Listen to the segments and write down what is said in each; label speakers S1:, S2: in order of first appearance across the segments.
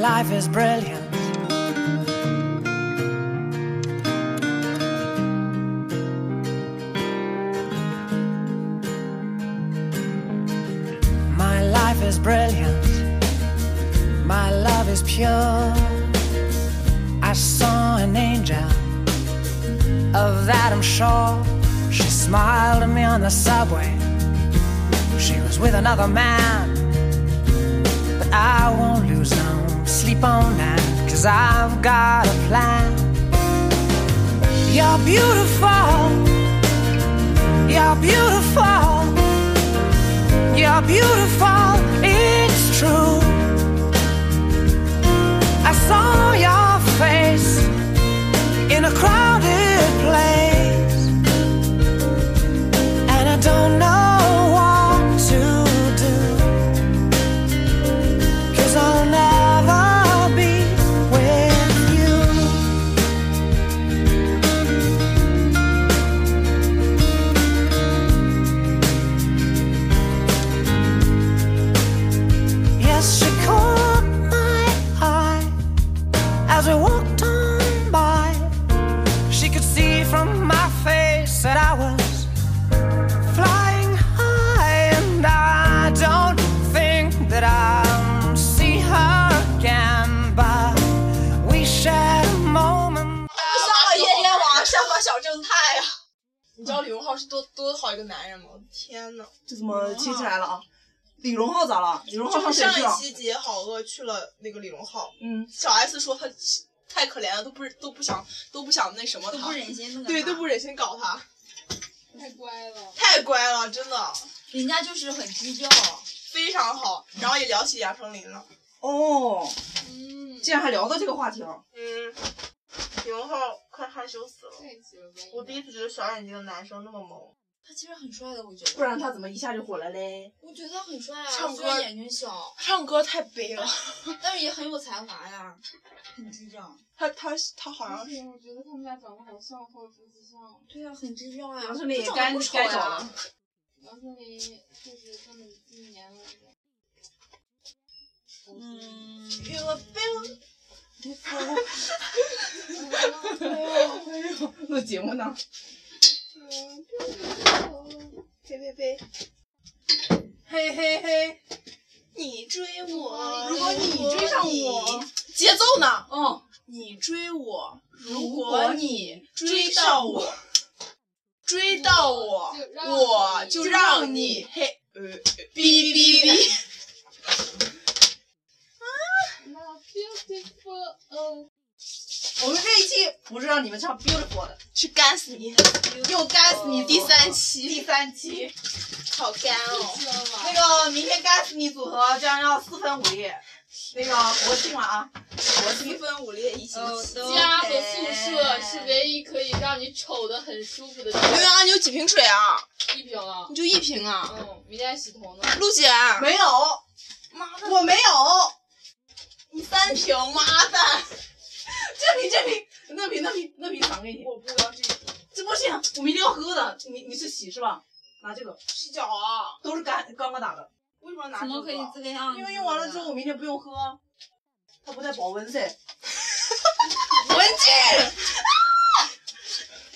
S1: life is brilliant. My life is brilliant. My love is pure. I saw an angel. Of that I'm sure. She smiled at me on the subway. She was with another man. But I won't lose no sleep on that. Cause I've got a plan. You're beautiful. You're beautiful. You're beautiful. It's true. I saw your face in a crowded place. And I don't know what to do. Cause I'll never be with you. Yes, she caught my eye as we walked on by. She could see from my face that I was flying high, and I don't think that I'll see her again. But we shared a moment.
S2: 啊
S3: 像个夜店王，像个小正太呀、你知道李荣浩是多多好一个男人吗？我的天呐，
S4: 就这么亲起来了啊！李荣浩咋了？李荣浩
S3: 就是
S4: 上谁
S3: 上
S4: 去
S3: 一？
S4: 了
S3: 期节好饿去了那个李荣浩，
S4: 嗯，
S3: 小 S 说他太可怜了，都不是都不想都不想那什么
S2: 都
S3: 他
S2: 不，忍心那个
S3: 对，
S2: 啥
S3: 都不忍心搞他，
S2: 太乖了，
S3: 太乖了，真的
S2: 人家就是很低调。
S3: 非常好。然后也聊起杨丞琳了，
S4: 哦，
S2: 嗯，
S4: 竟然还聊到这个话题了。
S3: 嗯，李荣浩快害羞死了。
S2: 太绝了
S3: 我第一次觉得小眼睛的男生那么萌，
S2: 他其实很帅的，我觉得。
S4: 不然他怎么一下就火了嘞？
S2: 我觉得他很帅啊，
S3: 唱歌
S2: 虽然眼睛小，
S3: 唱歌太悲了。
S2: 但是也很有才华呀，很智障。
S3: 他他他好像是
S5: 我觉得他们俩长得好像，或者夫妻像。
S2: 对啊，很智障呀。
S4: 杨丞琳也
S2: 他
S4: 该
S2: 长得不丑呀
S4: 该找了。
S5: 杨丞琳就是他们今年的。
S3: 嗯，有个病。
S4: 录节目呢？
S3: 呸呸呸！嘿嘿嘿，你追我，如果你追上我，节奏呢？
S4: 嗯，
S3: 你追我，如
S4: 如
S3: 果
S4: 果
S3: 你
S4: 你
S3: 追到我，追到我，我就让你嘿呃呃哔哔哔。
S5: 那 beautiful，嗯，
S4: 我们这一期不是让你们唱 beautiful 的，
S3: 去干死你！又干死你！第三期，第三期，好干哦！
S5: 知道吧？
S4: 啊那个明天干死你组合将要四分五裂，那个国庆了啊，呃国庆
S3: 一分五裂一星期。
S5: 家和宿舍是唯一可以让你瞅得很舒服的地
S3: 刘
S5: 方。
S3: 洋，你有几瓶水啊？
S5: 一瓶啊，
S3: 你就一瓶啊？
S5: 嗯，明天洗头呢。
S3: 陆姐，
S4: 没有，
S3: 妈的，
S4: 我没有，
S3: 你三瓶，妈的！
S4: 这瓶这瓶那瓶那瓶那瓶赏给你，
S3: 我不要这个
S4: 这不行，我们一定要喝的。你你是洗是吧？拿这个，
S3: 洗脚啊！
S4: 都是干刚刚打的，
S3: 为什么要拿
S2: 怎
S3: 这
S2: 么可以啊
S3: 个？
S2: 这个样子？
S4: 因为用完了之后，我明天不用喝，它不带保温噻。
S3: 文静，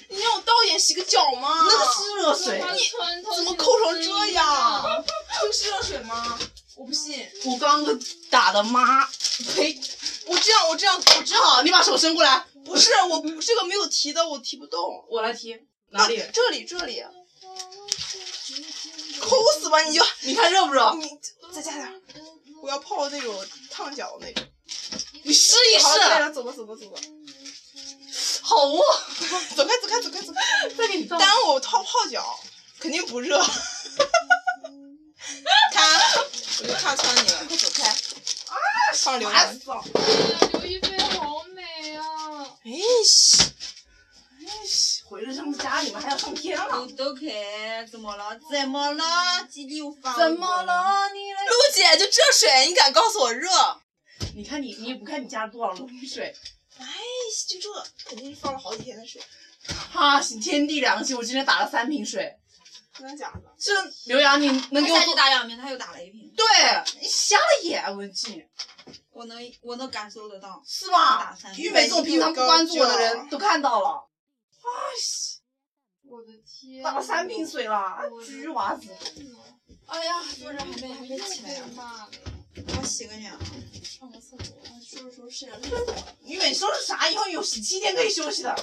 S3: 你让我倒点洗个脚吗？
S4: 那个是热水，
S5: 你
S3: 怎么抠成这样？这个是热水吗？我不信。
S4: 我刚刚打的妈，
S3: 呸！我这样，我这样，我这样，
S4: 你把手伸过来，
S3: 不是我不，这个没有提的，我提不动。哦
S4: 我来踢哪里？
S3: 这里，这里。抠死吧你就！
S4: 你看热不热？
S3: 你再加点儿，我要泡那种烫脚那种。
S4: 你试一
S3: 好，对
S4: 试，
S3: 了，走吧，走吧，走吧，
S4: 好饿，
S3: 走开，走开，走开，走开。
S4: 再给你倒。
S3: 耽误我泡泡脚，肯定不热。看，我就看穿你了，快走开！啊，上流氓！
S4: 死了！
S5: 刘亦菲好美啊！
S3: 哎西，
S4: 哎回了趟家，你们还要上天了
S2: 都？都可以，怎么了？怎么了？激六方？？
S4: 了？你来
S3: 陆姐，就这水，你敢告诉我热？
S4: 你看你，你也不看你加多少冷水，
S3: 哎，就这，肯定是放了好几天的水，
S4: 哈，天地良心，我今天打了三瓶水。
S3: 真的假的？
S4: 这刘洋，你能
S2: 他
S4: 给我
S2: 下去打两瓶，他又打了一瓶。
S4: 对，你瞎了眼，文静。
S2: 我能我能感受得到。
S4: 是吧
S2: 打？三
S4: 体育美这种平常不关注我的人都看到了，
S6: 我的天，
S4: 打了三瓶水了，啊橘娃子。
S2: 哎呀，就是还没还没起来呀、
S6: 骂了，
S2: 我洗个脸啊。
S6: 上个厕所，收拾收拾，睡了。
S4: 你美收拾啥？以后有十七天可以休息的，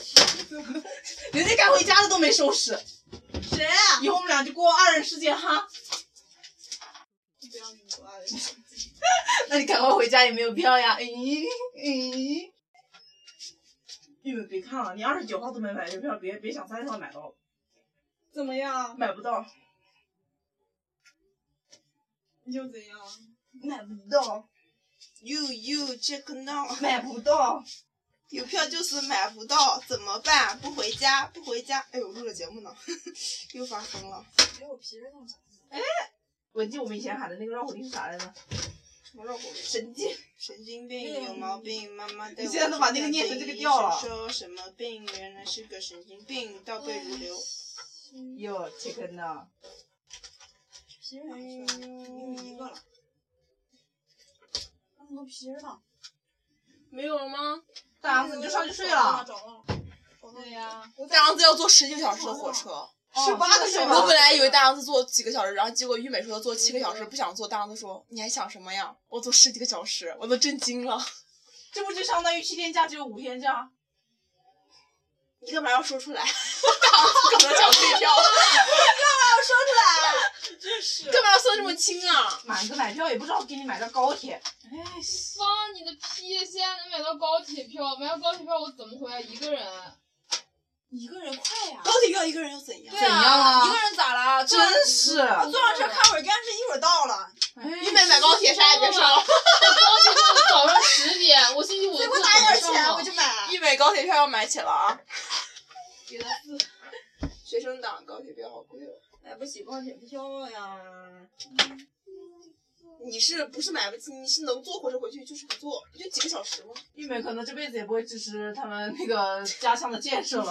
S4: 人家该回家的都没收拾。
S2: 谁？
S4: 以后我们俩就过二人世界哈。
S6: 不要你过来。
S4: 那你赶快回家也没有必要呀。咦咦，玉美别看了，你二十九号都没买邮票，别别想三十号买到，
S2: 怎么样？
S4: 买不到，
S2: 又怎样？
S4: 买不到，
S7: You you check now，
S4: 买不到。
S7: 邮票就是买不到，怎么办？不回家，不回家。哎呦，录着节目 呢，又发疯了。
S2: 哎，我皮儿弄啥？
S4: 文静，我们以前喊的那个绕口令是啥来着？
S7: 什么绕口令？
S4: 神经。
S7: 神经病，有毛病，妈妈带我。
S4: 你现在都把那个念成这个调了
S7: 说什么病？原来是个神经病，倒背如流。
S4: 哟，切克闹。
S2: 皮儿哪
S6: 哎
S2: 去了？肯定有一个了。那么多皮儿呢？
S6: 没有了吗？
S4: 大杨子你就上去睡了，
S2: 找到了。找到了
S6: 对呀、
S3: 大杨子要坐十几个小时的火车，
S4: 十八个小时。啊
S3: 我本来以为大杨子坐几个小时，然后结果玉美说要坐七个小时，不想坐。大杨子说：“你还想什么呀？我坐十几个小时，我都震惊了。
S4: 这不就相当于七天假只有五天假？
S3: 你干嘛要说出 来？干嘛讲退票？
S4: 是
S3: 干嘛要算这么清啊？
S4: 买个买票也不知道给你买个高铁。哎，
S6: 放你的屁！现在能买到高铁票，买到高铁票我怎么回来？一个人。
S2: 一个人快呀！
S7: 高铁票一个人又怎样？
S2: 对
S4: 怎样啊
S2: 啊，一个人咋啦？坐
S4: 真是。
S2: 我坐上车看会儿电视，一会儿到了。
S3: 玉美买高铁啥也别说了。
S6: 高铁票是早上 十点，我星期五
S2: 给
S6: 的
S2: 我
S6: 课
S2: 打一点
S6: 怎么
S2: 钱，
S6: 上
S2: 我
S6: 啊
S2: 就买。
S3: 玉美高铁票要买起了 啊！
S6: 给他四
S3: 学生党高铁票好贵哦。
S2: 买哎不起高铁票呀。
S3: 你是不是买不起？你是能坐火车回去，就是不坐，不就几个小时吗？
S4: 玉美可能这辈子也不会支持他们那个家乡的建设了。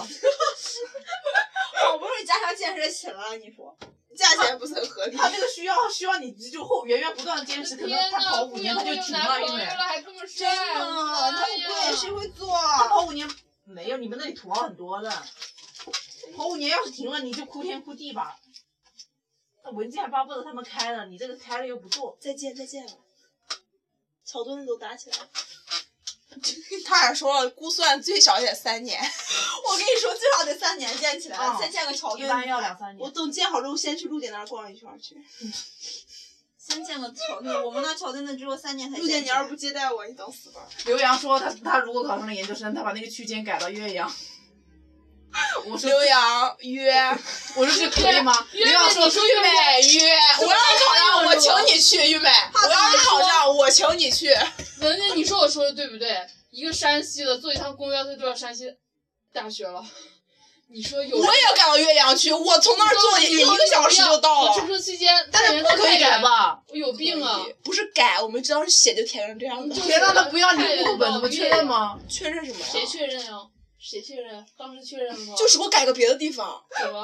S2: 好哦不容易家乡建设起来了，你说？
S3: 价钱不是很合理。
S4: 他这个需要需要你就后源源不断的坚持，可能
S6: 天
S4: 他
S6: 呐，
S4: 跑
S6: 不
S4: 五年他
S6: 然我
S4: 就
S6: 有
S4: 停
S6: 男
S4: 了，玉
S6: 朋友
S4: 美。
S6: 了还这么帅，
S2: 真的，他
S6: 妈
S2: 不
S6: 呀
S2: 贵，谁会 做？
S4: 他跑五年没有，你们那里土豪很多的。跑五年要是停了，你就哭天哭地吧。那文静还巴不得他们开了，你这个开了又不做，
S3: 再见再见了。桥墩子都打起来了。他还说了，估算最少也得三年。
S2: 我跟你说，最少得三年建起来，
S4: 嗯
S2: 先建个桥
S4: 一
S2: 墩
S4: 般
S2: 子，
S4: 要两三
S3: 我
S4: 年。
S3: 等建好之后，先去陆姐那儿逛一圈去。
S2: 先建个桥墩。我们那桥墩子只有三年才
S3: 陆姐，
S2: 建
S3: 你
S2: 起来。
S3: 要是不接待我，你等死吧。
S4: 刘洋说他他如果考上了研究生，他把那个区间改到岳阳。我说
S3: 刘洋约，
S4: 我说这可以吗？
S6: 约
S4: 刘洋
S6: 你说
S3: 玉美约，我要是考上，我请你去，玉美。我要是考上，我请你去。
S6: 文静，你说我说的对不对？一个山西的坐一趟公交车就到山西大学了，你说有？
S3: 我也要赶到岳阳去，我哦从那儿坐也一个小时就到
S6: 我出
S3: 了。
S6: 车期间，
S4: 但是不可以改？吧？
S6: 我有病啊！！
S3: 不是改，我们知道是写就填成这样的。
S6: 就
S4: 别让他不要你户口本，怎么确认吗？
S3: 确认什么
S6: 谁
S3: 呀？
S6: 确认啊？谁确认？当时确认了吗？
S3: 就是给我改个别的地方，
S6: 怎么？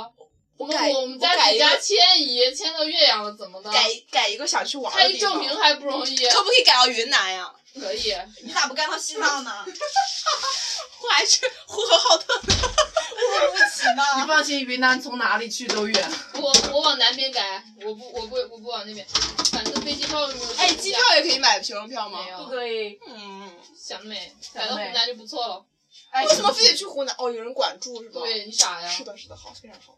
S6: 我
S3: 我改
S6: 们我们
S3: 我
S6: 家
S3: 改
S6: 几
S3: 一个
S6: 家迁移，迁到岳阳了，怎么的？
S3: 改改一个想去玩
S6: 啊他
S3: 的
S6: 一
S3: 地方。
S6: 证明还不容易？
S3: 可不可以改到云南呀？
S6: 可以。
S2: 你咋不干到西藏呢？
S3: 我还去呼和浩特。
S2: 对不起
S4: 你
S2: 呢。
S4: 放心，云南从哪里去都远。
S6: 我我往南边改，我不我不我不往那边，反正飞机票有没有？
S3: 哎，机票也可以买平衡票吗
S6: 没？
S4: 不
S6: 有，
S4: 可以。
S3: 嗯，
S6: 想得美，
S4: 得
S6: 改到湖
S4: 美
S6: 南就不错了。
S4: 哎，
S3: 为什么非得去湖南？哦，有人管住是吧？
S6: 对你傻呀？
S3: 是的，是的，好，非常好。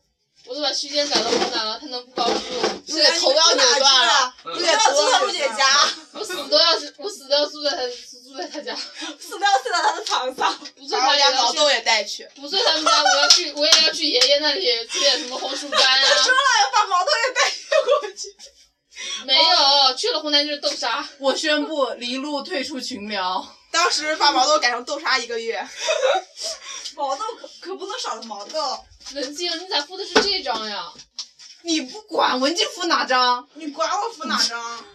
S6: 我都把区间改到湖南了，他能不把我住？
S3: 陆姐头要扭断了，陆姐
S2: 不要
S3: 头
S2: 住
S3: 要
S2: 到
S3: 扭
S2: 陆姐家，
S6: 我死都要我死都要住在他住在他家，
S2: 死都要死在她的床上。
S6: 不睡
S3: 把
S6: 他
S3: 我
S6: 家
S3: 家毛豆也带去。
S6: 不睡他们家，我要去我也要去爷爷那里吃点什么红薯干啊。
S2: 把毛豆也带过去。
S6: 没有，去了湖南就是豆沙。
S4: 我宣布黎露退出群聊。
S3: 当时把毛豆改成豆沙一个月，
S2: 毛豆可可不能少了毛豆，
S6: 文静，你咋付的是这张呀？
S4: 你不管文静付哪张？
S3: 你管我付哪张？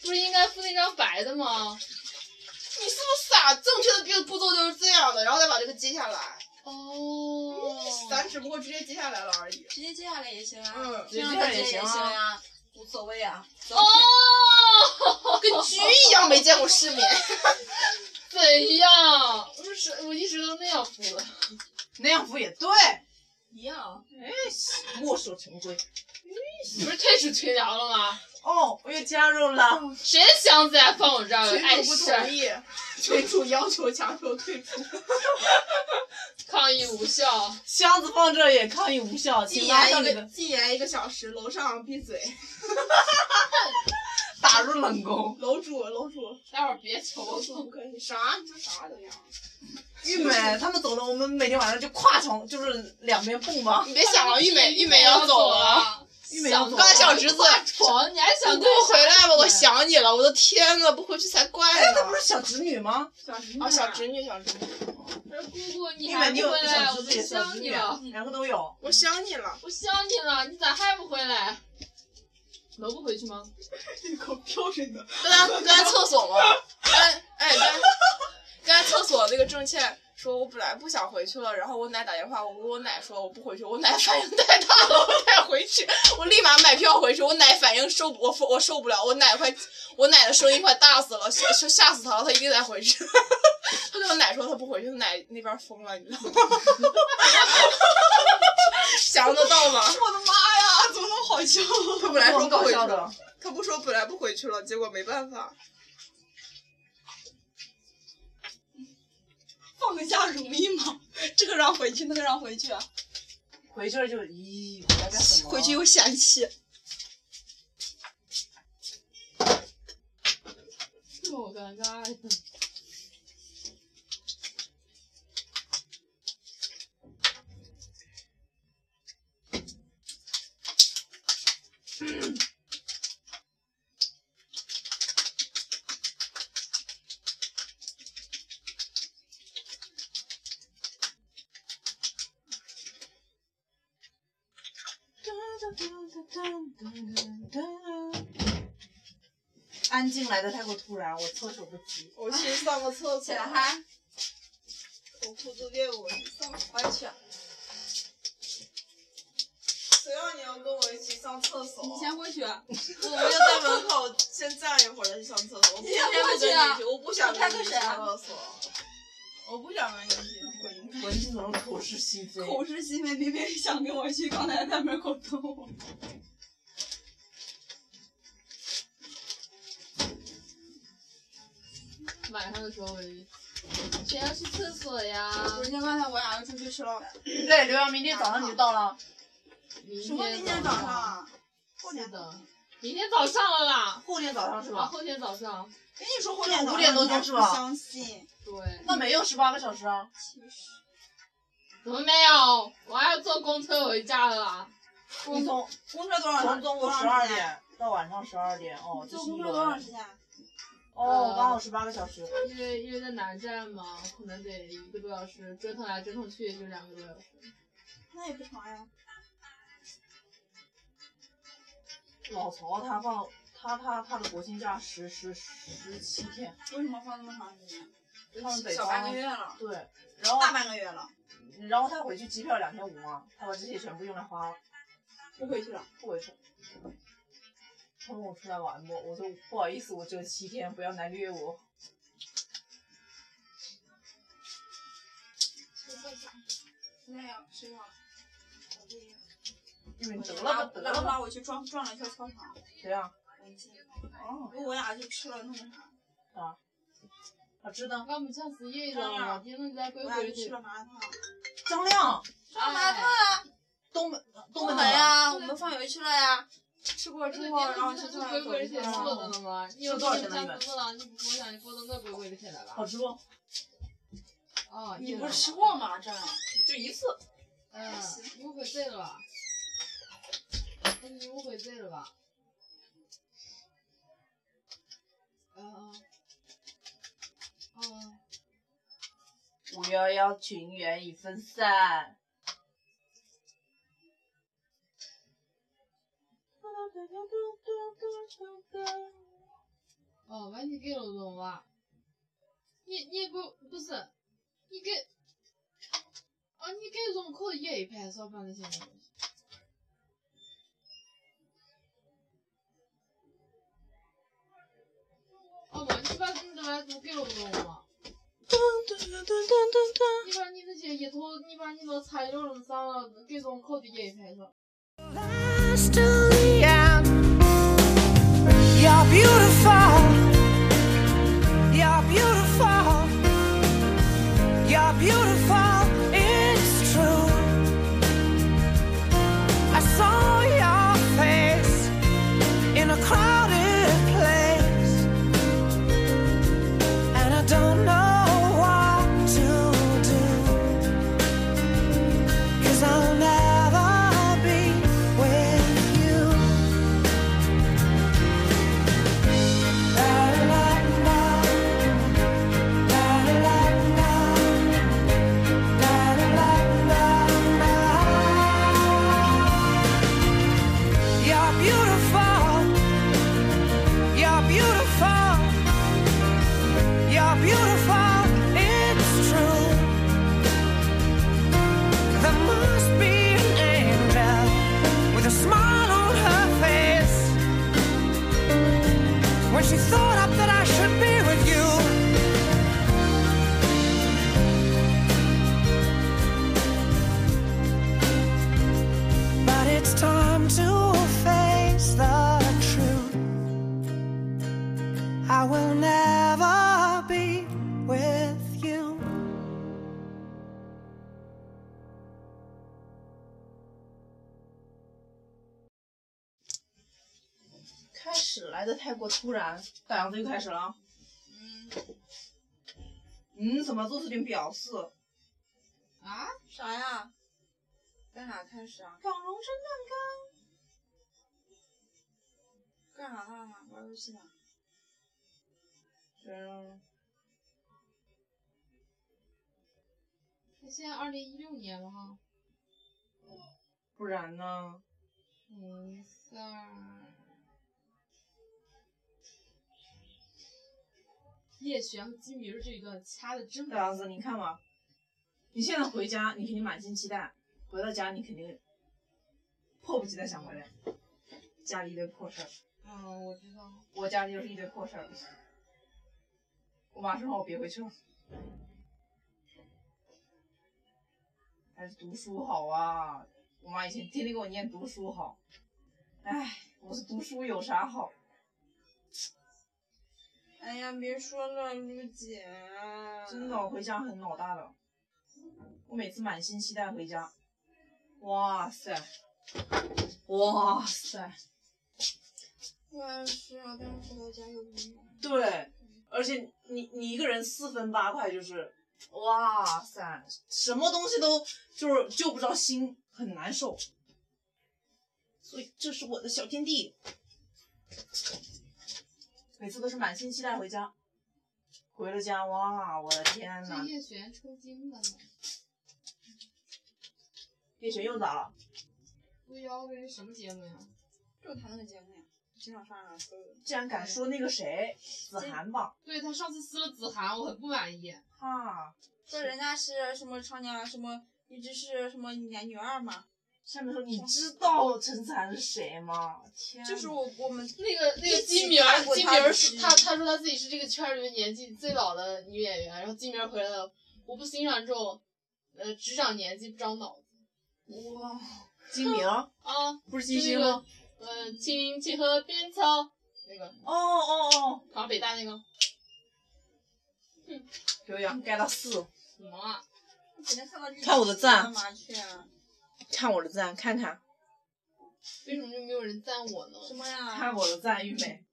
S6: 不是应该付那张白的吗？
S3: 你是不是傻？正确的步步骤就是这样的，然后再把这个接下来。嗯
S6: 哦，
S3: 咱只不过直接接下来了而已。
S2: 直接接下来也行啊，
S3: 嗯
S2: 这样接也行啊，无所谓啊。
S6: 哦，
S3: 跟猪一样没见过世 面。
S6: 怎样？我是我一直都那样服的。
S4: 那样服也对。
S6: 一
S2: 啊
S6: 样。
S4: 墨守成规。
S6: 你不是退出群聊了吗？
S4: 哦，我又加入了。
S6: 谁的箱子呀放我这儿了？
S3: 哎
S6: 碍事儿，
S3: 意， 群主要求强求退出。
S6: 抗议无效。
S4: 箱子放这儿也抗议无效，请
S2: 禁
S4: 拉
S2: 言
S4: 上
S2: 一
S4: 你
S2: 个
S4: 的
S2: 禁言一个小时，楼上闭嘴。
S4: 打入冷宫。
S2: 楼主楼主
S6: 待会儿别求
S2: 楼
S6: 我
S2: 主不可以啥？你说啥都一样。
S4: 玉美他们走了，我们每天晚上就跨床，就是两边蹦吧。
S3: 你别想了，玉美玉 美要走了。
S6: 了。
S4: 玉美要走了
S3: 刚才小侄子
S6: 床，你还想
S3: 你给
S6: 跟
S3: 我回来吧，我
S6: 想。
S3: 想你了，我的天呐，不回去才怪
S4: 哎，
S3: 呢
S4: 那不。是小侄女吗？
S2: 小侄女
S3: 啊，小侄女，小侄女，
S6: 姑姑，你
S4: 玉
S6: 还
S4: 美，
S6: 不
S4: 你有
S6: 回来？
S4: 小
S6: 我
S4: 侄
S6: 们
S4: 子也小
S6: 想
S4: 侄
S6: 你
S4: 女
S6: 了，，
S4: 两个都 有。
S3: 我想你了。
S6: 我想你了，你咋还不回来？能不回去吗？
S3: 刚才刚才厕所嘛，哎哎，刚才刚才厕所那个郑倩说，我本来不想回去了，然后我奶打电话，我跟我奶说我不回去，我奶反应太大了，我奶回去，我立马买票回去，我奶反应受不，我我受不了，我奶快，我奶的声音快大死了，吓吓吓死她了，她一定得回去。 她跟我奶说她不回去，她奶那边疯了，你知道吗？ 想得到吗？
S2: 我的妈呀，怎么那么好笑？
S3: 她本来说
S4: 很
S3: 不
S4: 搞
S3: 回去
S4: 笑
S3: 了
S4: 的，，
S3: 她不说本来不回去了，结果没办法。
S2: 放得下容易吗？这个让回去，那个让回去啊，
S4: 回去了就咦，回来干什么？
S2: 回去又嫌弃。
S6: 这么尴尬呀！
S4: 安静来的太过突然，我措手不及。
S3: 我去上个厕所。
S2: 起来嗨！哎我裤子给我上班去。
S3: 谁让你要跟我一起上厕所？
S2: 你先过去，啊我
S3: 我们就在门口先站一会儿再去上厕所。我不
S2: 你先
S3: 不
S2: 过去
S3: 跟你
S2: 啊
S3: 去，我不想
S2: 我
S3: 跟
S2: 开
S3: 你
S2: 个
S3: 去
S2: 水啊
S3: 上厕所。
S2: 不想跟你去。
S4: 文静总是口是心 非。
S2: 口是心非，明明想跟我去，刚才在门口等我。
S6: 晚上的时候，谁要去厕所呀？
S2: 昨天刚才我俩又出去吃了，
S4: 对，刘洋，明天早上你就到了。
S6: 明
S2: 什么明天早上？啊？后
S6: 是
S2: 天的。
S6: 的，明天早上了啦。
S4: 后天早上是
S6: 啊，
S4: 吧？
S6: 后天早上。
S2: 跟你说后
S4: 那
S2: 天
S4: 五点多钟是吧
S2: 不相信。
S6: 对，
S4: 那没有十八个小时啊。
S6: 怎么没有？我还要坐公车回家了啦。
S4: 你从
S2: 公车多少？
S4: 从中午
S2: 多少
S4: 十二
S2: 时 间。
S4: 点到晚上十二点，哦，这
S2: 坐公
S4: 是一
S2: 车多长
S4: 轮
S2: 时。间？
S6: 嗯
S4: 哦，刚好十八个小时。
S6: 因为因为在南站嘛，可能得一个多小时，折腾来折腾去也就两个多小时。
S2: 那也不长呀。
S4: 老曹他放他他他的国庆假十十十七天，
S2: 为什么放那么长时间？
S4: 他们北
S2: 小半
S4: 方
S2: 个月了，
S4: 对，然后
S2: 大半个月了，
S4: 然后他回去机票两千五嘛，他把这些全部用来花了，
S2: 不回去了。
S4: 不回去。他问我出来玩不？我说不好意思，我只有七天，不要来虐我。
S2: 现在要睡觉了。我不一样我
S4: 玉美得
S2: 就
S4: 了
S2: 拉
S4: 吧得
S2: 拉
S4: 了吧，
S2: 拉我去转转了一圈操场，
S4: 对啊，
S2: 文静，
S4: 哦，
S2: 我俩去吃了那个啥，
S4: 好吃的。
S6: 我们上次夜一了嘛，今天你再归
S2: 我俩
S6: 回
S2: 去吃
S6: 去
S2: 了。麻辣烫。
S4: 张亮，
S2: 吃了麻辣烫啊！
S4: 东北东
S2: 东
S4: 北
S2: 北
S4: 的吗
S2: 呀，我们放游去了呀。吃过之后，然后去
S6: 是
S2: 做
S6: 鬼鬼铁
S4: 吃
S6: 做的了吗？你有
S4: 吃多少钱呢
S6: 你
S4: 你
S6: 们
S4: 们
S6: 家做了，就不想你做的那鬼鬼铁来
S4: 好
S6: 了。
S4: 吃不？
S6: 哦，
S2: 你不
S6: 了
S2: 是吃？过吗？这
S4: 就一次。
S6: 嗯，你误会罪了吧？那你误会罪了吧？嗯嗯嗯，
S4: 五幺幺群员已分散。
S6: 哦，完全给了侬哇！你你不不是，你给，啊你给侬可以也一盘烧饭那些东西。哦不，你把你的来都给了我嘛？你把你那些一头，你把你的材料弄啥了，给人口的也拍上。
S1: last to the end. You're beautiful. You're beautiful. You're beautiful. It's true. I saw your face in a crowded place, and I don't know what to do. Cause I'll never be with you. La la la, la la la, la la la la. You're beautiful. You're beautiful. You're beautiful. It's true. There must be an angel with a smile on her face when she thought up that I should be with you. But it's time to face the truth. I will never be with you.
S4: 开始来的太过突然，大杨子又开始了啊。嗯，怎么做出点表示？
S6: 啊？
S2: 啥呀？干啥开始啊？
S4: 网龙侦
S2: 干啥呢？玩游戏呢？
S4: 探官，
S6: 现在二零一六年了哈，
S4: 不然呢？
S6: 没事儿。夜璇和金明儿这一段掐的真
S4: 大杨子，你看吧，你现在回家，你肯定满心期待；回到家，你肯定迫不及待想回来。家里一堆破事儿，
S6: 嗯，我知道。
S4: 我家里就是一堆破事儿。我妈说让我别回去了，还是哎读书好啊。我妈以前天天给我念读书好，唉，我是读书有啥好？
S2: 哎呀，别说了，陆姐。
S4: 真的，我回家很老大的。我每次满心期待回家，哇塞，哇塞，
S2: 我也是啊，但是回到家又没有。
S4: 对，而且你你一个人四分八块，就是哇塞，什么东西都就是就不知道心很难受。所以这是我的小天地，每次都是满心期待回家，回了家，哇，我的天呐！
S6: 这夜璇抽筋了呢，
S4: 叶璇又咋了？
S6: 不要这是什么节目呀？
S2: 就他那个节目呀，经常上热搜的。
S4: 竟然敢说那个谁子涵吧？
S6: 对他上次撕了子涵，我很不满意。
S4: 哈，
S2: 说人家是什么常年什么，一直是什么男女二嘛，
S4: 下面说你知道陈子涵是谁吗？天哪，
S2: 就是我我们
S6: 那个那个
S2: 一起
S6: 金明儿
S2: 看过，
S6: 金
S2: 他
S6: 明
S2: 的
S6: 儿是
S2: 剧
S6: 他他说他自己是这个圈儿里面年纪最老的女演员，然后金明儿回来了，我不欣赏这种，呃，只长年纪不长脑子
S4: 哇，金明
S6: 啊，
S4: 不是
S6: 就
S4: 金
S6: 那
S4: 星
S6: 个
S4: 吗？
S6: 呃，青青河边草那个，
S4: 哦哦哦，
S6: 考上北大那个
S4: 刘洋 get 到四，
S6: 什么啊？
S2: 只能看到
S4: 看我的赞
S2: 麻雀啊，
S4: 看我的赞，看看，
S6: 为什么就没有人赞我呢？
S2: 什么呀？
S4: 看我的赞，玉美，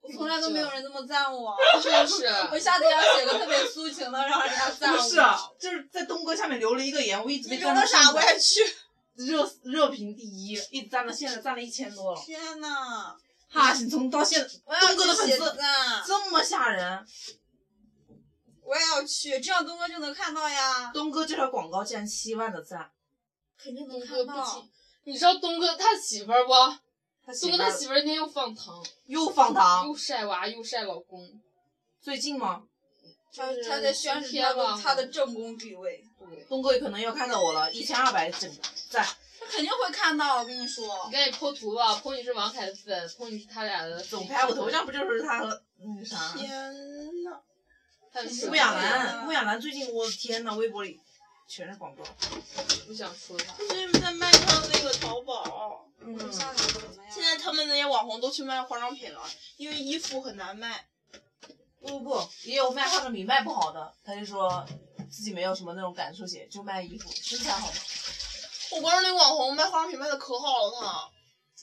S2: 我从来都没有人这么赞我，
S4: 啊
S6: 就是
S2: 我一下子要写个特别抒情的，让人家赞我。
S4: 不是啊，就是在东哥下面留了一个言，我一直
S2: 你
S4: 被
S2: 留
S4: 赞
S2: 了
S4: 到
S2: 啥？我也去。
S4: 热热评第一，一直赞到现在，赞了一千多了，
S2: 天呐，
S4: 哈，你从到现在
S2: 我要
S4: 东哥的
S2: 去
S4: 粉
S2: 写
S4: 丝
S2: 赞，
S4: 这么吓人，
S2: 我也要去，这样东哥就能看到呀，
S4: 东哥这条广告竟然七万的赞，
S2: 肯定
S6: 东
S2: 能看
S6: 哥不
S2: 到
S6: 起。， 你知道东哥他媳妇儿不？
S4: 他
S6: 东
S4: 媳
S6: 哥
S4: 妇
S6: 他
S4: 儿
S6: 媳妇儿那天又放糖，
S4: 又放糖，
S6: 又晒娃又晒老公，
S4: 最近吗？
S2: 他
S6: 就是
S2: 他在宣示他
S6: 贴吧
S2: 的他的正宫地位，
S6: 对，
S4: 东哥可能要看到我了，一千二百整赞，
S2: 他肯定会看到。我跟你说
S6: 你，赶紧剖图吧，剖你是王凯的粉，剖你是他俩的
S4: 总拍我头，像不就是他和那个啥，
S3: 天呐，
S2: 很
S4: 穆亚兰，穆亚兰最近我的天呐，微博里全是广告。
S2: 不想说他。
S3: 为什么在卖他那个淘宝？
S4: 嗯
S8: 上面怎么样
S3: 现？在他们那些网红都去卖化妆品了，因为衣服很难卖。
S4: 不不不，也有卖化妆品卖不好的，他就说自己没有什么那种感触写，就卖衣服，身材好的。
S3: 我关注那个网红卖化妆品卖的可好了呢，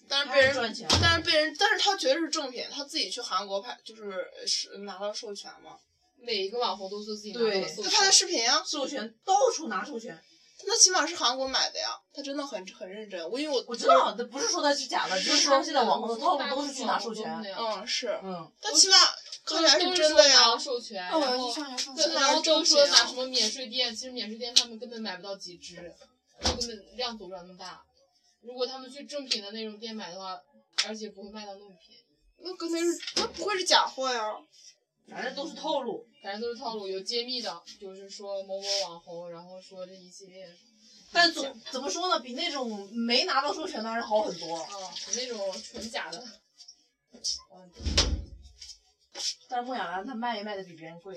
S3: 但是被
S4: 还是
S3: 人
S4: 赚钱。
S3: 但是被人，但是他绝对是正品，他自己去韩国拍，就是是呃拿到授权嘛。
S6: 每一个网红都说自己拿
S4: 对
S6: 到
S3: 他
S6: 了授权
S3: 拍的视频啊，
S4: 授权到处拿授权，
S3: 那起码是韩国买的呀，他真的很很认真。我因为我
S4: 我知，道，他不是说他是假的，只是说现在网红的套路都是去拿授
S6: 大
S4: 权。
S6: 部分网红
S3: 嗯是，
S4: 嗯，
S3: 但起码
S6: 都
S3: 看
S6: 那
S3: 起来
S6: 样都
S3: 是
S6: 是
S3: 真
S6: 说
S3: 的
S6: 拿
S3: 呀
S6: 了。授权，
S3: 那
S6: 然
S3: 我要
S6: 后
S3: 去上一上
S6: 对，
S3: 去
S6: 然后都
S3: 正
S6: 说
S3: 品
S6: 拿
S3: 啊
S6: 什么免税店，其实免税店他们根本买不到几只，就根本量做不了那么大。如果他们去正品的那种店买的话，而且不会卖到那么便宜，
S3: 那肯定是，那不会是假货呀？
S4: 反正都是套路。
S6: 反正都是套路，有揭秘的，就是说某某网红，然后说这一系列，
S4: 但总怎么说呢，比那种没拿到授权的还是好很多。
S6: 哦，那种纯 假的，
S4: 但是莫雅兰她卖也卖的比别人贵，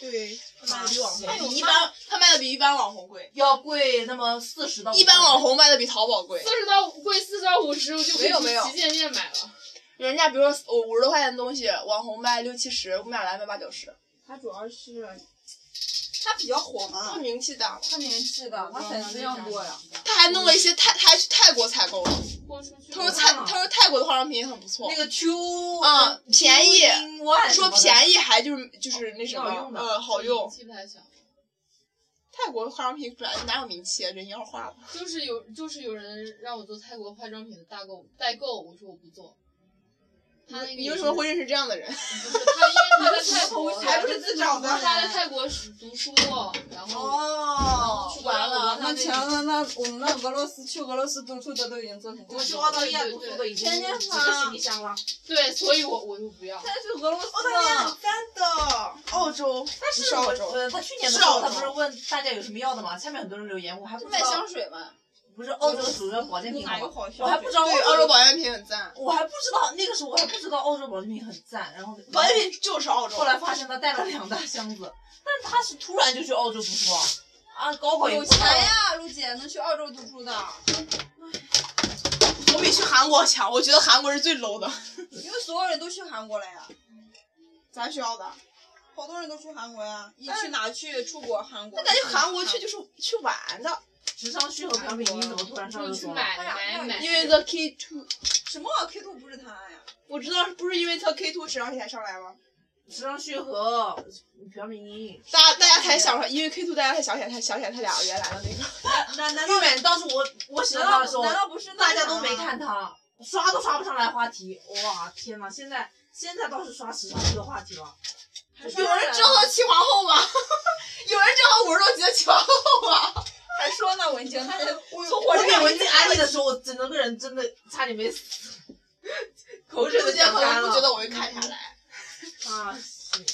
S3: 对，
S4: 卖的比网红比
S3: 比
S4: 一
S3: 一
S4: 般
S3: 般他卖的比一般网红贵，
S4: 要贵那么四十到50。
S3: 一般网红卖的比淘宝贵
S6: 四。十到贵四十到五十，我就可以
S3: 没有没有
S6: 去旗舰店买了。
S3: 人家比如说哦我五十多块钱的东西，网红卖六七十，我们俩来卖八九十，
S8: 他主要是
S3: 他比较火嘛，他名气大嘛。
S8: 他年纪的，他粉丝量多呀。
S3: 他还弄了一些泰，他还去泰国采购了。
S6: 豁出去
S3: 他说泰，他说泰国的化妆品也很不错
S4: 那，个 Q
S3: 嗯便宜说
S4: 宜，
S3: 便宜还就是就是那什么
S4: 好用，的
S3: 呃，哦好用
S6: 名。嗯气不太小，
S3: 泰国的化妆品本来哪有名气啊，人妖化的。
S6: 就是有就是有人让我做泰国化妆品的代购代购，我说我不做。他那个
S3: 你
S6: 也
S3: 为
S6: 是
S3: 什么会认识这样的人？
S6: 不是他，因为他在泰
S2: 哦
S6: 国
S4: 还不
S6: 是
S4: 是自找的。
S6: 他在泰国读书，然后
S2: 哦
S6: 完了
S2: 那前那那我们那俄罗斯去俄罗斯读书的都已经做成这
S4: 我去
S2: 样。
S4: 澳大利亚读书的已经
S2: 天天
S4: 几
S2: 发
S4: 个行李箱了。
S6: 对，所以我我就不要。
S2: 现在去俄罗斯
S3: 澳大利亚
S2: 了，
S3: 真的，澳洲，但
S4: 是
S3: 澳洲，
S4: 呃，他去年
S3: 是
S4: 的时
S3: 澳
S4: 候他
S3: 洲
S4: 不是问大家有什么要的吗？下面很多人留言，我还不知
S2: 卖
S4: 道
S2: 香，水嘛，
S4: 不是澳洲主要保健品好吗？
S2: 好
S4: 我还不知道
S3: 对，澳洲，保健品很赞，
S4: 我还不知道那个时候我还不知道澳洲保健品很赞，然后
S3: 保健品就是澳洲。
S4: 后来发现他带了两大箱子，但是他是突然就去澳洲读书啊，啊，高考也
S2: 有
S4: 不知
S2: 钱
S4: 道
S2: 呀，陆姐能去澳洲读书的，
S3: 我比去韩国强，我觉得韩国是最 low 的。
S2: 因为所有人都去韩国了呀，
S3: 咱学校的，
S2: 好多人都去韩国呀，你去哪去？出国韩国？
S3: 我感觉韩国去就是去玩的，
S4: 智商虚和表比你怎么突然上
S6: 就
S4: 热
S6: 是去
S4: 搜了？
S6: 买买买，
S3: 因为 the K two，
S2: 什么啊？K two 不是他呀？
S3: 我知道不是因为他 K two 时尚才上来吗？
S4: 智商虚和朴敏英，
S3: 大家大家才想出来，因为 K two 大家才想起来，才想起来他俩原来的那个。
S4: 那难道远当时我我喜欢他的时候，
S2: 难道不是
S4: 大家都没？看他，刷都刷不上来话题。哇，天呐，现在现在倒是刷时尚这个话题了。
S3: 有人知道他七皇后 吗？有人知道他五十多集的七皇后吗？
S2: 还说呢，文静，他是从
S4: 我
S2: 火车
S4: 给
S2: 站
S4: 文静安利的时候，我整个人真的差点没死，口水都
S3: 之前
S4: 讲
S3: 可
S4: 干
S3: 能
S4: 了
S3: 不觉得我会看下来。
S4: 啊！是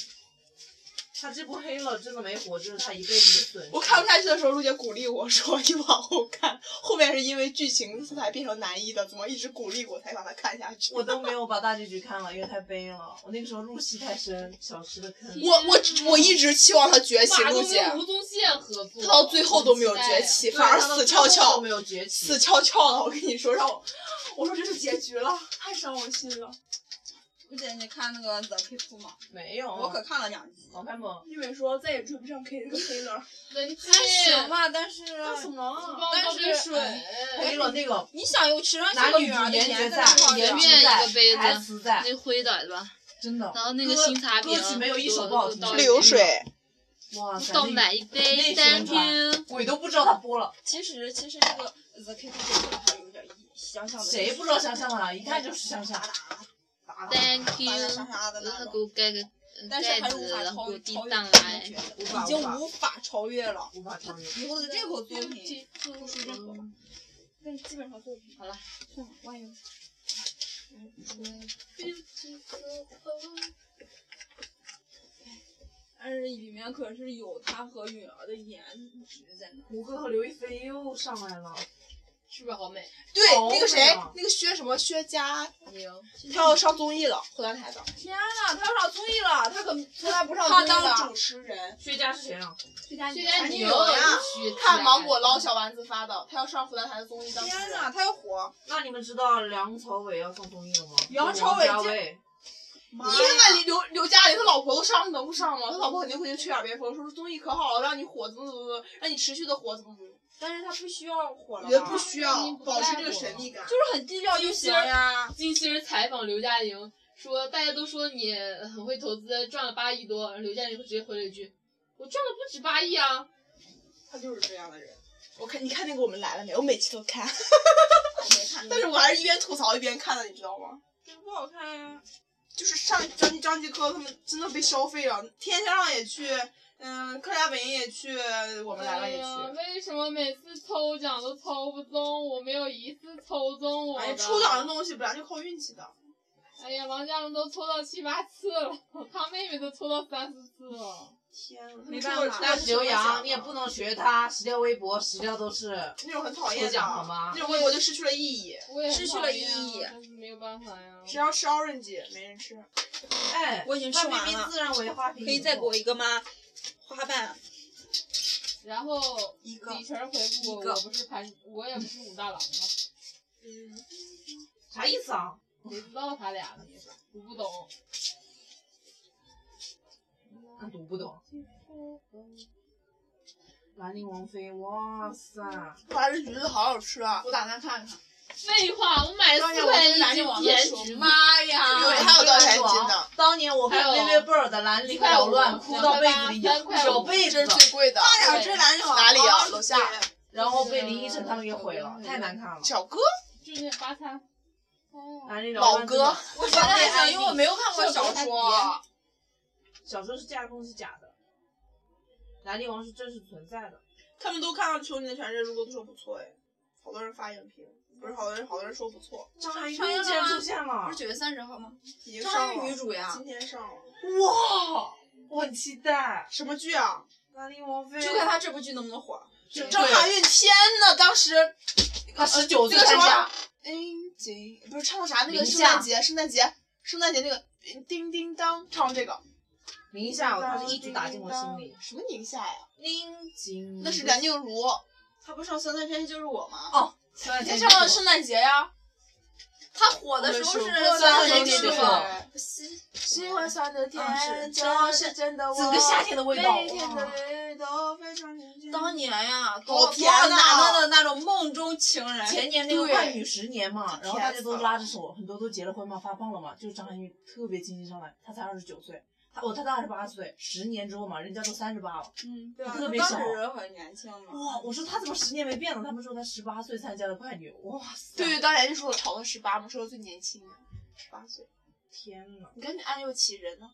S4: 他这波黑了，真的没活，这是他一辈子的损失。
S3: 我看不下去的时候，陆姐鼓励我说：“你往后看。”后面是因为剧情才变成男一的，怎么一直鼓励我才把它看下去？
S4: 我都没有把大结局看了，因为太悲了。我那个时候入戏太深，小时的坑。
S3: 我我只我一直期望他崛起，
S6: 马
S3: 陆
S6: 东
S3: 姐，
S6: 跟吴宗宪合作，
S3: 他到最后都没有崛起，
S4: 对
S3: 反而
S4: 他到
S3: 死
S4: 最后
S3: 翘
S4: 都
S3: 翘
S4: 没，有崛起。
S3: 死翘翘了。我跟你说，让我，我说这是结局了，太伤我心了。
S2: 陆姐，你看那个 The K two 吗？
S4: 没有，
S2: 我可看了两集。
S4: 好看吗？
S3: 玉美说再也追不上 K 黑了。
S6: 文静，
S2: 行吧，但是
S3: 什么？
S6: 帮我倒杯水，
S4: 黑了那个
S2: 你想有池上
S4: 男
S2: 个
S4: 女
S2: 女儿
S4: 主
S2: 的
S4: 颜值
S2: 颜值
S4: 在，颜值
S6: 愿意
S4: 在
S6: 一个杯，子
S4: 台词在，
S6: 那灰的是吧？
S4: 真的。
S6: 然后那个
S4: 歌
S6: 新茶饼
S4: 歌曲没有一首不好听
S6: 都都
S4: 的。
S6: 都
S3: 流水，
S4: 哇塞，
S6: 倒
S4: 那
S6: 买一杯
S4: 那宣
S6: ，Thank
S4: 传
S6: you。
S4: 鬼都不知道他播了，
S2: 其实其实这个 The K two 这个还有点想想的。
S4: 谁不知道香香啊？一看就是香香。
S6: Thank
S2: 打打
S6: you，
S2: 杀杀的
S6: 然后
S2: 那
S6: 他给
S2: 种，
S6: 我盖个嗯
S2: 但是
S6: 盖
S2: 还是
S6: 子，
S2: 无法
S6: 然后
S2: 超超越
S6: 给我递上
S2: 这
S6: 来
S2: 个。角色，
S4: 无
S2: 已
S4: 法
S2: 经
S4: 无法
S2: 无法超越了。
S4: 无法超越。
S2: 以后的任何作品，
S6: 不
S2: 是任何但基本上作品
S6: 好了，
S2: 算了，万一但是哎里面可是有他和允儿的颜值在那。
S4: 胡歌和刘亦菲又上来了，
S6: 是不是好美？
S3: 对，那个谁
S4: 好美啊，
S3: 那个薛什么薛佳，
S6: 宁，
S3: 他要上综艺了，湖南台的。
S2: 天啊呐，他要上综艺了，他可
S3: 从来不上
S2: 他
S3: 综艺
S2: 当
S3: 的
S2: 主
S3: 持人，
S4: 薛家是谁啊？
S2: 崔佳
S6: 薛佳
S3: 宁
S6: 宁
S3: 有呀，
S6: 徐
S3: 看
S6: 佳
S3: 芒果捞小丸子发的，他要上湖南台的综艺当主持
S2: 天
S3: 人。
S2: 呐，他要火！
S4: 那你们知道梁朝伟要上综艺了吗？
S2: 梁
S4: 王
S2: 朝伟
S4: 家
S2: 竟
S4: 卫，
S3: 你看看刘刘嘉玲，他老婆都上能不上吗？他老婆肯定回去吹耳边风，说是综艺可好了，让你火，怎么怎么怎么，让你持续的火，怎么啊怎么。
S2: 但是他不需要火
S3: 我
S2: 了
S3: 觉得
S2: 吧
S3: 不需要
S6: 你不
S3: 保持
S6: 在
S3: 这个
S6: 乎
S3: 神秘感。
S2: 就是很低调就行呀。
S6: 金星采访刘嘉玲说，大家都说你很会投资，赚了八亿多。刘嘉玲直接回了一句：“我赚了不止八亿啊
S3: 他就是这样的人。我看你看那个我们来了没？我每期都看，
S2: 我没 看，
S3: 但是我还是一边吐槽一边看的，你知道吗？
S2: 不好看呀。
S3: 就是上张张继科他们真的被消费了，天天上也去，嗯，客家本营也去，！”我们来了
S6: 哎
S3: 也去。
S6: 呀，为什么每次抽奖都抽不中？我没有一次抽中我
S3: 哎呀，
S6: 的。
S3: 抽奖这东西本来就靠运气的。
S6: 哎呀，王嘉龙都抽到七八次了，他妹妹都抽到三四次了。
S3: 天啊呐，
S2: 没办法
S4: 但是刘洋你也不
S3: 能
S4: 能学他，十条微博十条都是。
S3: 那种很讨厌
S4: 抽
S3: 的，
S4: 奖好吗
S3: 那种微博就失去了意义。
S6: 我也很
S2: 失去
S6: 讨
S2: 了
S6: 厌啊
S2: 意义
S6: 但是没有办法呀。
S3: 谁要吃 orange 没人吃，
S4: 哎，
S2: 我已经吃
S4: 范冰
S2: 完
S4: 冰
S2: 了
S4: 自认为花瓶，
S2: 可以再给我一个吗？花瓣，
S6: 然后
S3: 一个
S6: 李晨回复
S2: 一个
S6: 我，我不是潘，我也不是武大郎啊，
S2: 嗯
S4: 啥意思啊？
S6: 谁知道他俩呢？我不懂。
S4: 俺读不懂。
S2: 嗯
S4: 兰陵王妃，哇塞！
S3: 花生橘子好好吃啊！
S7: 我打算看看。
S6: 废话，我买了
S3: 当
S6: 四
S3: 年我
S6: 块
S3: 跟
S6: 一
S3: 南
S6: 斤
S3: 宁王
S6: 甜
S3: 的时候
S6: 橘，妈
S3: 有
S6: 呀！
S3: 还有多少钱一斤的？
S4: 当年我看
S6: 还有
S4: 薇薇贝尔的《兰陵缭乱》，哭到被子里
S6: 两块八
S4: 咬被
S3: 这
S4: 子
S3: 是，最贵的。
S6: 呀
S2: 大点这兰好。
S3: 哪里啊？楼下
S4: 然后被林依晨他们给毁了，太难看了。
S3: 小哥，
S6: 就是那八餐。
S2: 哦啊
S4: 兰陵
S3: 老
S4: 老
S3: 哥，
S2: 我原来也想，因为我没有看过小
S6: 这
S2: 说。
S4: 小说是架空是假的，兰陵王是真实存在的。
S3: 他们都看到《囚女的全世界》，如果都说不错哎，好多人发影评，不是好多人，好多人说不错，
S4: 张含韵
S2: 上映了
S4: 竟然
S2: 吗
S4: 出现了
S2: 不是，九月三十号吗？
S3: 已经
S2: 张
S3: 上
S2: 涵予
S3: 了，
S2: 女主呀
S3: 今，天上了。
S4: 哇，我很期待
S3: 什么剧啊？
S4: 兰陵王妃。
S2: 就看她这部剧能不能火。
S4: 对
S3: 张含韵，天呐，当时
S4: 她十九岁
S3: 那个什
S4: 参
S3: 么
S4: 加，
S3: 嗯，景不是唱的啥那个
S4: 宁
S3: 圣
S4: 夏
S3: 诞节，圣诞节，圣诞节那个叮叮当唱这个
S4: 宁夏，她是一直打进我心里。
S3: 什么宁夏
S2: 嗯
S3: 呀？
S4: 宁静，
S3: 那是梁静茹，
S7: 他不上《三三天气就是我》吗？
S4: 哦，
S3: 她
S2: 哎
S4: 她
S3: 唱的圣诞节呀。
S2: 她火的时候是
S4: 我
S2: 三
S4: 们
S2: 人
S4: 说
S2: 之
S4: 过
S2: 旅
S4: 这个话
S3: 喜欢上的
S2: 嗯是
S3: 天，哦就是真的我。
S4: 整个夏天的味道。
S3: 每天的绿豆非常纯净
S2: 当年呀，
S3: 好
S2: 多
S3: 甜
S2: 多
S3: 呐
S2: 少男的的那种梦中情人，
S4: 前年那个
S3: 哎对
S4: 快女十年嘛，然后大家
S3: 甜死
S4: 都
S3: 了
S4: 拉着手，很多都结了婚嘛，发胖了嘛，就是张含韵特别清新上来，她才二十九岁，她哦她才二十八岁，十年之后嘛，人家都三十八了。
S2: 嗯，对啊，
S4: 特别
S2: 当
S4: 小
S2: 时很年轻嘛。
S4: 哇，我说她怎么十年没变呢？他们说她十八岁参加的快女，哇塞！
S2: 啊
S3: 对，，当年就说我炒到十八嘛，说我最年轻的，十八岁。
S4: 天呐，
S3: 你看你暗又其人呢。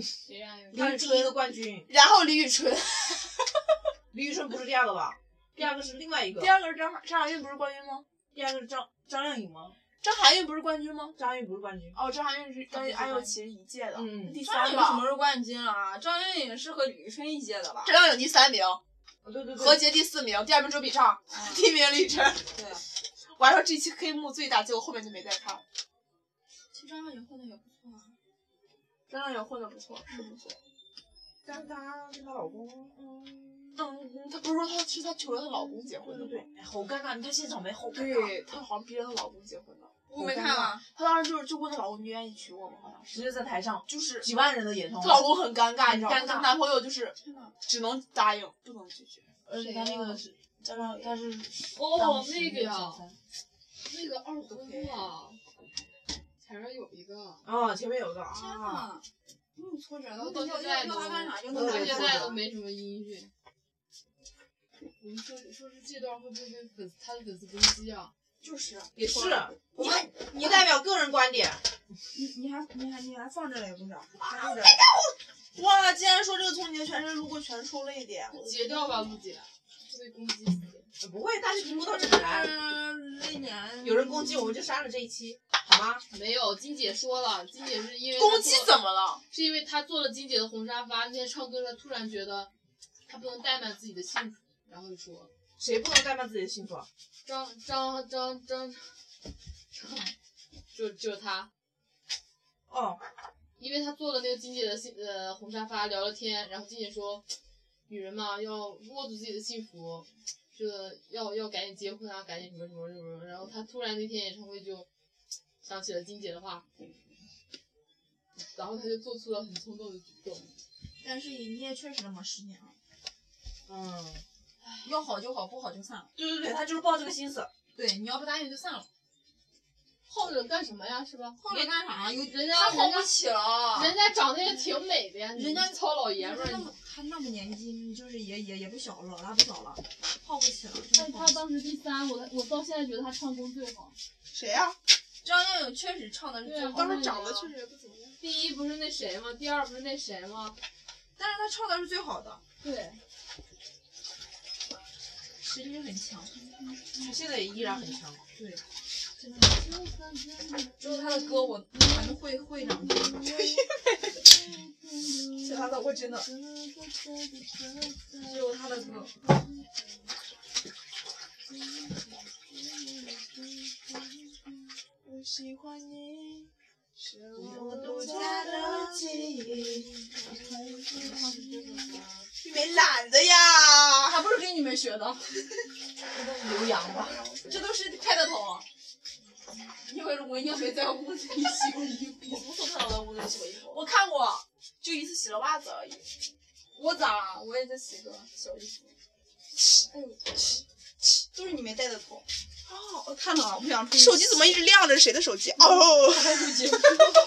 S6: 谁呀？哦
S4: 她是第一个冠军，
S3: 然后李宇春，
S4: 李宇春不是第二个吧？第二个是另外一个，
S3: 第二个是张张含韵不是冠军吗？
S4: 第二个是张张靓颖吗？
S3: 张含韵不是冠军吗？
S4: 张含韵不是冠军，
S3: 哦，张含韵是跟安又其人一届的，
S4: 嗯
S3: 第
S2: 张
S3: 三
S2: 靓颖什么
S3: 吧。
S2: 时候冠军啊？张靓颖是和李宇春一届的吧？
S3: 张靓颖第三名，
S4: 哦对对对，
S3: 何洁第四名，第二名周笔畅， 第一名李宇春。
S2: 嗯对，
S3: 我还说这期黑幕最大，结果后面就没再看了。
S2: 其实张靓颖混的也不错啊。
S3: 张靓颖混的不错，是不错。
S4: 但是她跟她老公，嗯，
S3: 嗯，她不是说她是她求着她老公结婚的
S4: 对
S3: 吗？
S4: 对，哎，好尴尬，你看现场没，好尴尬，
S3: 对，她好像逼着她老公结婚的。
S2: 我没看啊，
S3: 她当时就是就问她老公，你愿意娶我吗？好像是，
S4: 直接在台上，
S3: 就是
S4: 几万人的
S2: 哦
S4: 演唱
S3: 她
S4: 会，
S3: 老公很尴尬，你知道吗？
S4: 尴尬
S3: 她男朋友就是
S2: 真的。
S3: 只能答应，不能拒绝。
S4: 而且他那
S3: 啊
S4: 个是，张靓，他是
S6: 哦
S4: 当，时
S6: 那个
S2: 啊
S6: 呀，
S4: 小三
S6: 那个二胡啊，前面有一个，
S4: 啊，前面有个
S2: 天
S4: 啊，
S2: 呐，那么挫折的，
S6: 我
S2: 我
S6: 到
S2: 到
S6: 现
S2: 现
S6: 在
S2: 在
S6: 都
S2: 要他干啥就
S4: 我
S2: 能
S6: 到
S2: 干
S6: 现在
S2: 啥
S6: 都。没什么音乐。我们说说是这段会不会被粉丝他的粉丝攻击啊？
S3: 就是
S4: 也是，你你代表个人观点，
S2: 你你还你还你还放这来不是？还录着
S3: 哇！竟然说这个童年全身如果全抽泪点，我
S6: 截掉吧，陆姐，这被攻击死。
S4: 不会，大家评估到这里来，
S2: 嗯，那年
S4: 有人攻击我们就删了这一期，好吗？
S6: 没有，金姐说了，金姐是因为她
S3: 攻击
S6: 做
S3: 怎么了？
S6: 是因为她坐了金姐的红沙发，那天唱歌，她突然觉得她不能怠慢自己的幸福，然后就说
S4: 谁不能代办自己的幸福？啊？
S6: 张张张张 张，就就他，
S4: 哦，
S6: 因为他坐了那个金姐的幸呃红沙发聊了天，然后金姐说，女人嘛要握住自己的幸福，这个要要赶紧结婚啊，赶紧什么什么什么，然后他突然那天演唱会就想起了金姐的话，然后他就做出了很冲动的举动，
S2: 但是营业确实那么十年了，
S4: 嗯，
S2: 要好就好，不好就散了。
S4: 对对对，他就是抱这个心思。
S2: 对，你要不答应就散了，
S6: 耗着干什么呀，是吧？
S2: 后面干啥？啊有
S6: 人家
S2: 他
S6: 人
S2: 耗
S6: 家
S2: 不起了，
S6: 人家长得也挺美的呀，
S2: 人家
S6: 你糙老爷们
S2: 他那
S6: 儿。
S2: 么他那么年纪，就是也也也不小了，老大不小了，耗不起了。
S6: 但他当时第三，我我到现在觉得他唱功最好。
S7: 谁
S3: 啊
S7: 呀、
S2: 张靓颖确实唱的是
S6: 对
S2: 最
S6: 啊
S2: 好
S7: 当
S2: 的，
S7: 时长得确实也不怎么样。
S6: 第一不是那谁吗？第二不是那谁吗？
S2: 但是她唱的是最好的，
S6: 对，
S2: 实力很强，
S4: 他现在也依然很强。
S2: 真的。就是她的歌我还能会会两句。
S7: 其他的我真的
S2: 只有他的歌。
S7: 我喜欢你，是
S4: 我
S7: 我
S4: 独
S7: 独
S4: 家
S7: 家
S4: 的
S7: 的
S4: 记
S7: 记忆。你没懒的呀？
S2: 他不是跟你们学的，
S4: 刘洋吧，
S2: 这都是开的头。啊因为我应该在屋子里洗过衣服，
S3: 我从头看到的屋子里洗过衣服，
S2: 我看过，
S3: 就一次洗了袜子而已。
S2: 我咋了？我也在洗个小衣服。
S7: 都是你没带的头。
S3: 哦，我看到了，我不想出去。
S7: 手机怎么一直亮着？谁的手机？哦，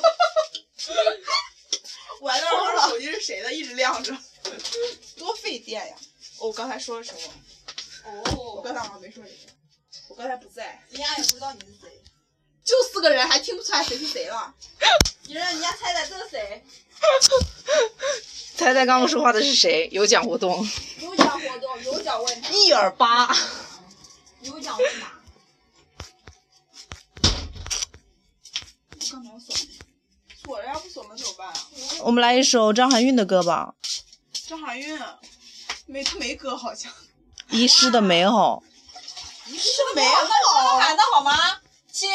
S3: 完了？
S7: 我忘
S3: 完
S7: 了
S3: 了，手机是谁的？一直亮着。
S7: 多费电呀！
S3: 哦我刚才说了什么？我
S2: 哦，
S3: 刚才好像没说这个。我刚才不在，
S7: 人家也不知道你是谁。
S3: 就四个人，还听不出来谁是谁了。
S2: 你让人家猜猜这是谁？
S9: 猜猜刚刚说话的是谁？有奖活动，
S2: 有奖活动，有奖问答，
S9: 一耳八。
S2: 有奖问答。我干嘛要锁门？
S3: 锁了呀，不锁门怎么办啊？
S9: 我们来一首张含韵的歌吧，
S3: 张含韵，没她没歌好像。
S9: 《遗失的美好
S3: 没有。
S2: 喊的好吗？亲，》。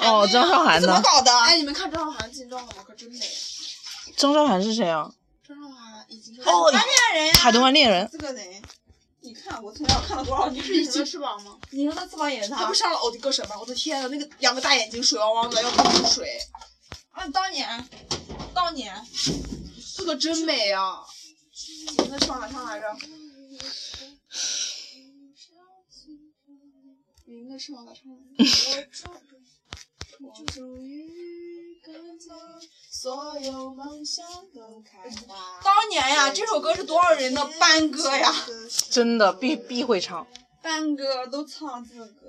S9: 哦，张韶涵
S7: 怎么
S9: 的。
S7: 搞的？
S3: 哎，你们看张韶涵进账了吗？可真美。
S9: 张韶涵是谁啊？
S3: 张韶涵已
S2: 啊
S3: 经
S9: 哦，海豚湾恋人。
S3: 这个人，
S7: 你看我从小看了多少
S3: 你
S7: 女
S3: 是已
S7: 生
S3: 经
S7: 的
S3: 翅膀吗？
S2: 你说他翅膀也是
S3: 他
S2: 他
S3: 不？上了偶的歌神吗？我的天啊呐，那个两个大眼睛水汪汪的，要吐水，
S2: 啊，当年，当年，
S3: 这个真美啊！你们唱哪唱来着？你应该翅膀咋唱来着？
S7: 我终于看到所有梦想都开花。
S2: 当年呀，这首歌是多少人的班歌呀？
S9: 真的必必会唱。
S2: 班歌都唱这个歌。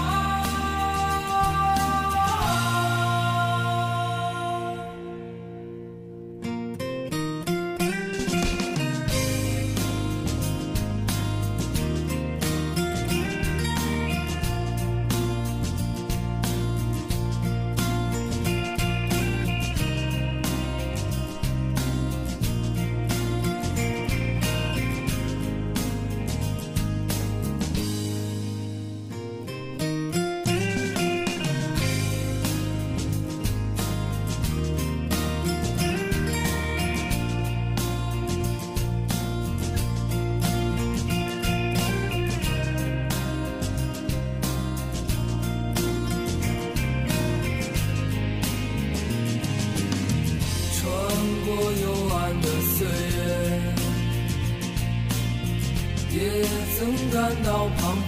S10: 曾感到彷徨。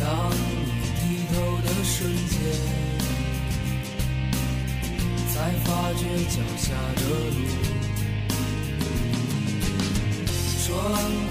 S10: 当你低头的瞬间，才发觉脚下的路穿过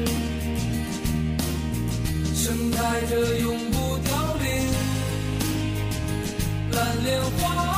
S10: 盛开着永不凋零蓝莲花。